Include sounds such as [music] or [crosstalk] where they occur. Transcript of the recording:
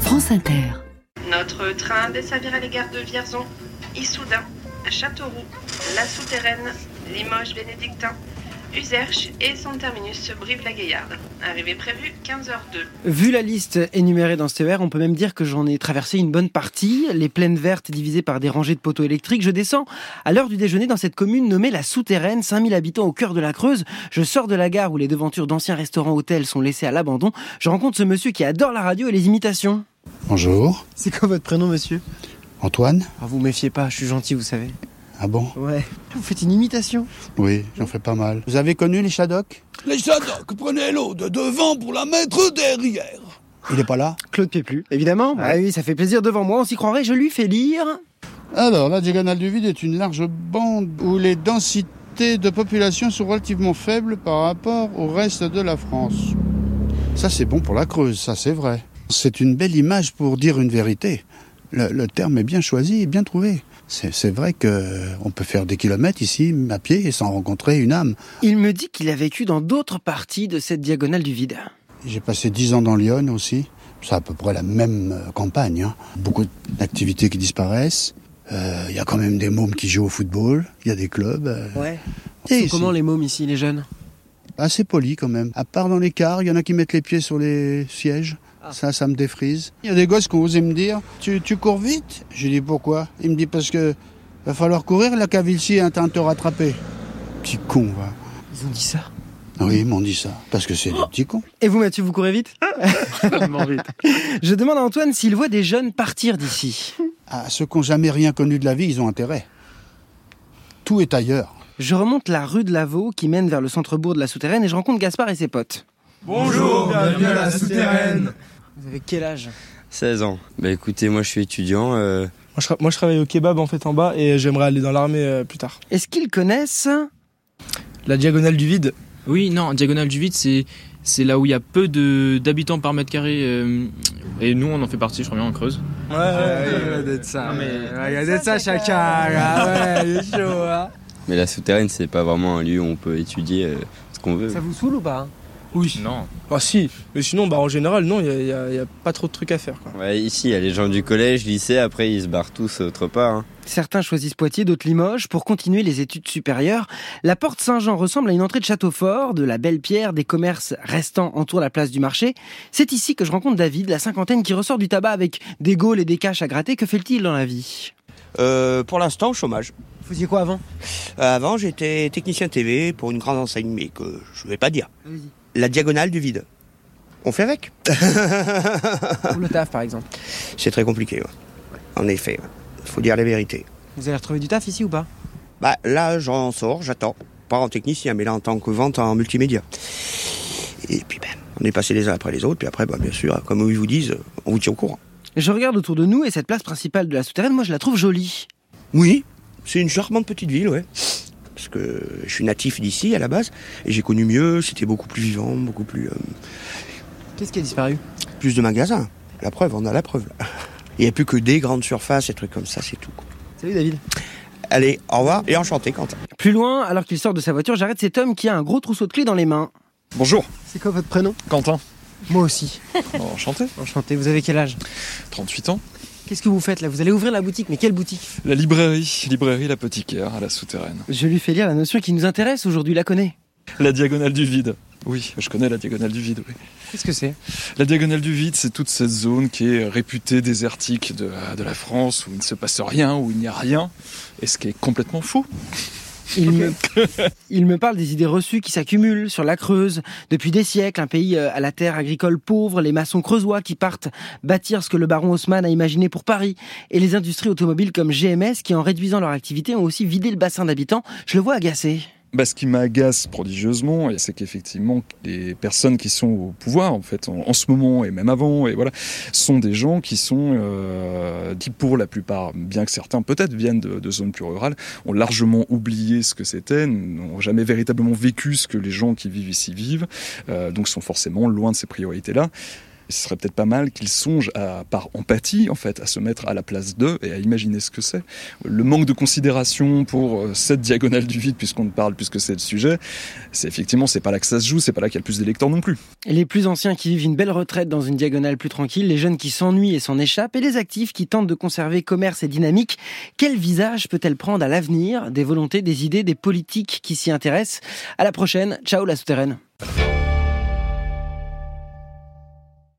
France Inter. Notre train desservira les gares de Vierzon, Issoudun, Châteauroux, La Souterraine, Limoges Bénédictin, Userche et son terminus Brive-la-Gaillarde. Arrivée prévue 15h02. Vu la liste énumérée dans ce TER, on peut même dire que j'en ai traversé une bonne partie. Les plaines vertes divisées par des rangées de poteaux électriques. Je descends à l'heure du déjeuner dans cette commune nommée La Souterraine, 5000 habitants au cœur de la Creuse. Je sors de la gare où les devantures d'anciens restaurants-hôtels sont laissées à l'abandon. Je rencontre ce monsieur qui adore la radio et les imitations. Bonjour, C'est quoi votre prénom, monsieur Antoine. Ah, Vous méfiez pas, je suis gentil, vous savez. Ah bon Ouais. Vous faites une imitation Oui, j'en fais pas mal. Vous avez connu les Shadoks Les Shadoks prenaient l'eau de devant pour la mettre derrière. Il est pas là Claude Pieplu, évidemment. Ah oui, ça fait plaisir devant moi, on s'y croirait. Je lui fais lire. Alors, la diagonale du vide est une large bande où les densités de population sont relativement faibles par rapport au reste de la France. Ça, c'est bon pour la Creuse, ça, c'est vrai. C'est une belle image pour dire une vérité. Le, le terme est bien choisi et bien trouvé. C'est c'est vrai que on peut faire des kilomètres ici, à pied, et sans rencontrer une âme. Il me dit qu'il a vécu dans d'autres parties de cette diagonale du vide. J'ai passé dix ans dans Lyon aussi. C'est à peu près la même euh, campagne. hein. Beaucoup d'activités qui disparaissent. Euh, Il y a quand même des mômes qui jouent au football. Il y a des clubs. euh, Ouais. Et comment c'est les mômes ici, les jeunes Assez poli quand même. À part dans les cars, il y en a qui mettent les pieds sur les sièges. Ah. Ça, ça me défrise. Il y a des gosses qui ont osé me dire Tu, tu cours vite Je dis Pourquoi Il me dit Parce que va falloir courir, la Cavilci est en train de te rattraper. Petit con, va. Ils ont dit ça. Oui, ils m'ont dit ça. Parce que c'est des petits cons. Et vous, Mathieu, vous courez vite Ah. [laughs] Je demande à Antoine s'il voit des jeunes partir d'ici. À ceux qui n'ont jamais rien connu de la vie, ils ont intérêt. Tout est ailleurs. Je remonte la rue de Lavaux qui mène vers le centre-bourg de la Souterraine et je rencontre Gaspard et ses potes. Bonjour, bienvenue à la souterraine. Vous avez quel âge 16 ans. Bah écoutez, moi je suis étudiant. euh, Moi je, tra- moi, je travaille au kebab en fait en bas et j'aimerais aller dans l'armée euh, plus tard. Est-ce qu'ils connaissent La diagonale du vide. Oui, non, diagonale du vide, c'est c'est là où il y a peu de d'habitants par mètre carré. euh, et nous, on en fait partie, je crois bien, en Creuse. Ouais, Ah, Non, mais- Regardez ça, chacun. Ah ouais, il est chaud. Hein. mais la souterraine, c'est pas vraiment un lieu où on peut étudier euh, ce qu'on veut. vous saoule ou pas Oui. Non. Ah si, mais sinon, bah, en général, non, il n'y a, y a- y a pas trop de trucs à faire. Quoi. Ouais, ici, il y a les gens du collège, lycée, après ils se barrent tous autre part. hein. Certains choisissent Poitiers, d'autres Limoges pour continuer les études supérieures. La porte Saint-Jean ressemble à une entrée de château fort, de la belle pierre, des commerces restants entourent la place du marché. C'est ici que je rencontre David, la cinquantaine qui ressort du tabac avec des gaules et des caches à gratter. Que fait-il dans la vie Euh, pour l'instant, au chômage. Euh, Vous faisiez quoi avant Avant, j'étais technicien TV pour une grande enseigne, mais que je vais pas dire. La diagonale du vide. On fait avec. Pour le taf, par exemple. C'est très compliqué, ouais. en effet. ouais. Faut dire la vérité. Vous allez retrouver du taf ici ou pas Bah là, j'en sors, j'attends. Pas en technicien, mais là en tant que vente en multimédia. Et puis, ben, on est passé les uns après les autres. Puis après, bah, bien sûr, comme ils vous disent, on vous tient au courant. Je regarde autour de nous et cette place principale de la souterraine, moi je la trouve jolie. Oui, c'est une charmante petite ville, ouais. Parce que je suis natif d'ici à la base, et j'ai connu mieux, c'était beaucoup plus vivant, beaucoup plus. euh, Qu'est-ce qui a disparu plus de magasins. La preuve, on a la preuve. là. Il n'y a plus que des grandes surfaces et trucs comme ça, c'est tout. quoi. Salut David. Allez, au revoir et enchanté, Quentin. Plus loin, alors qu'il sort de sa voiture, j'arrête cet homme qui a un gros trousseau de clés dans les mains. Bonjour, C'est quoi votre prénom Quentin. Moi aussi. Enchanté, Enchanté. Vous avez quel âge 38 ans. Qu'est-ce que vous faites là Vous allez ouvrir la boutique, mais quelle boutique La librairie, librairie l'apothicaire à la souterraine. Je lui fais lire la notion qui nous intéresse aujourd'hui, la connaît. La diagonale du vide. Oui, je connais la diagonale du vide. oui. Qu'est-ce que c'est La diagonale du vide, c'est toute cette zone qui est réputée désertique de, de la France, où il ne se passe rien, où il n'y a rien, et ce qui est complètement faux. il, me... [laughs] il me parle des idées reçues qui s'accumulent sur la Creuse. Depuis des siècles, un pays euh, à la terre agricole pauvre, les maçons creusois qui partent bâtir ce que le baron Haussmann a imaginé pour Paris, et les industries automobiles comme GMS qui, en réduisant leur activité, ont aussi vidé le bassin d'habitants. Je le vois agacé. Bah, ce qui m'agace prodigieusement, et c'est qu'effectivement, les personnes qui sont au pouvoir, en fait, en, en ce moment et même avant, et voilà, sont des gens qui sont, euh, qui pour la plupart, bien que certains peut-être viennent de, de zones plus rurales, ont largement oublié ce que c'était, n'ont jamais véritablement vécu ce que les gens qui vivent ici vivent, euh, donc sont forcément loin de ces priorités-là. ce serait peut-être pas mal qu'ils songent à, par empathie, en fait, à se mettre à la place d'eux et à imaginer ce que c'est. Le manque de considération pour euh, cette diagonale du vide, puisqu'on ne parle, puisque c'est le sujet, c'est effectivement, c'est pas là que ça se joue, c'est pas là qu'il y a le plus d'électeurs non plus. Et les plus anciens qui vivent une belle retraite dans une diagonale plus tranquille, les jeunes qui s'ennuient et s'en échappent, et les actifs qui tentent de conserver commerce et dynamique, quel visage peut-elle prendre à l'avenir Des volontés, des idées, des politiques qui s'y intéressent À la prochaine, ciao la souterraine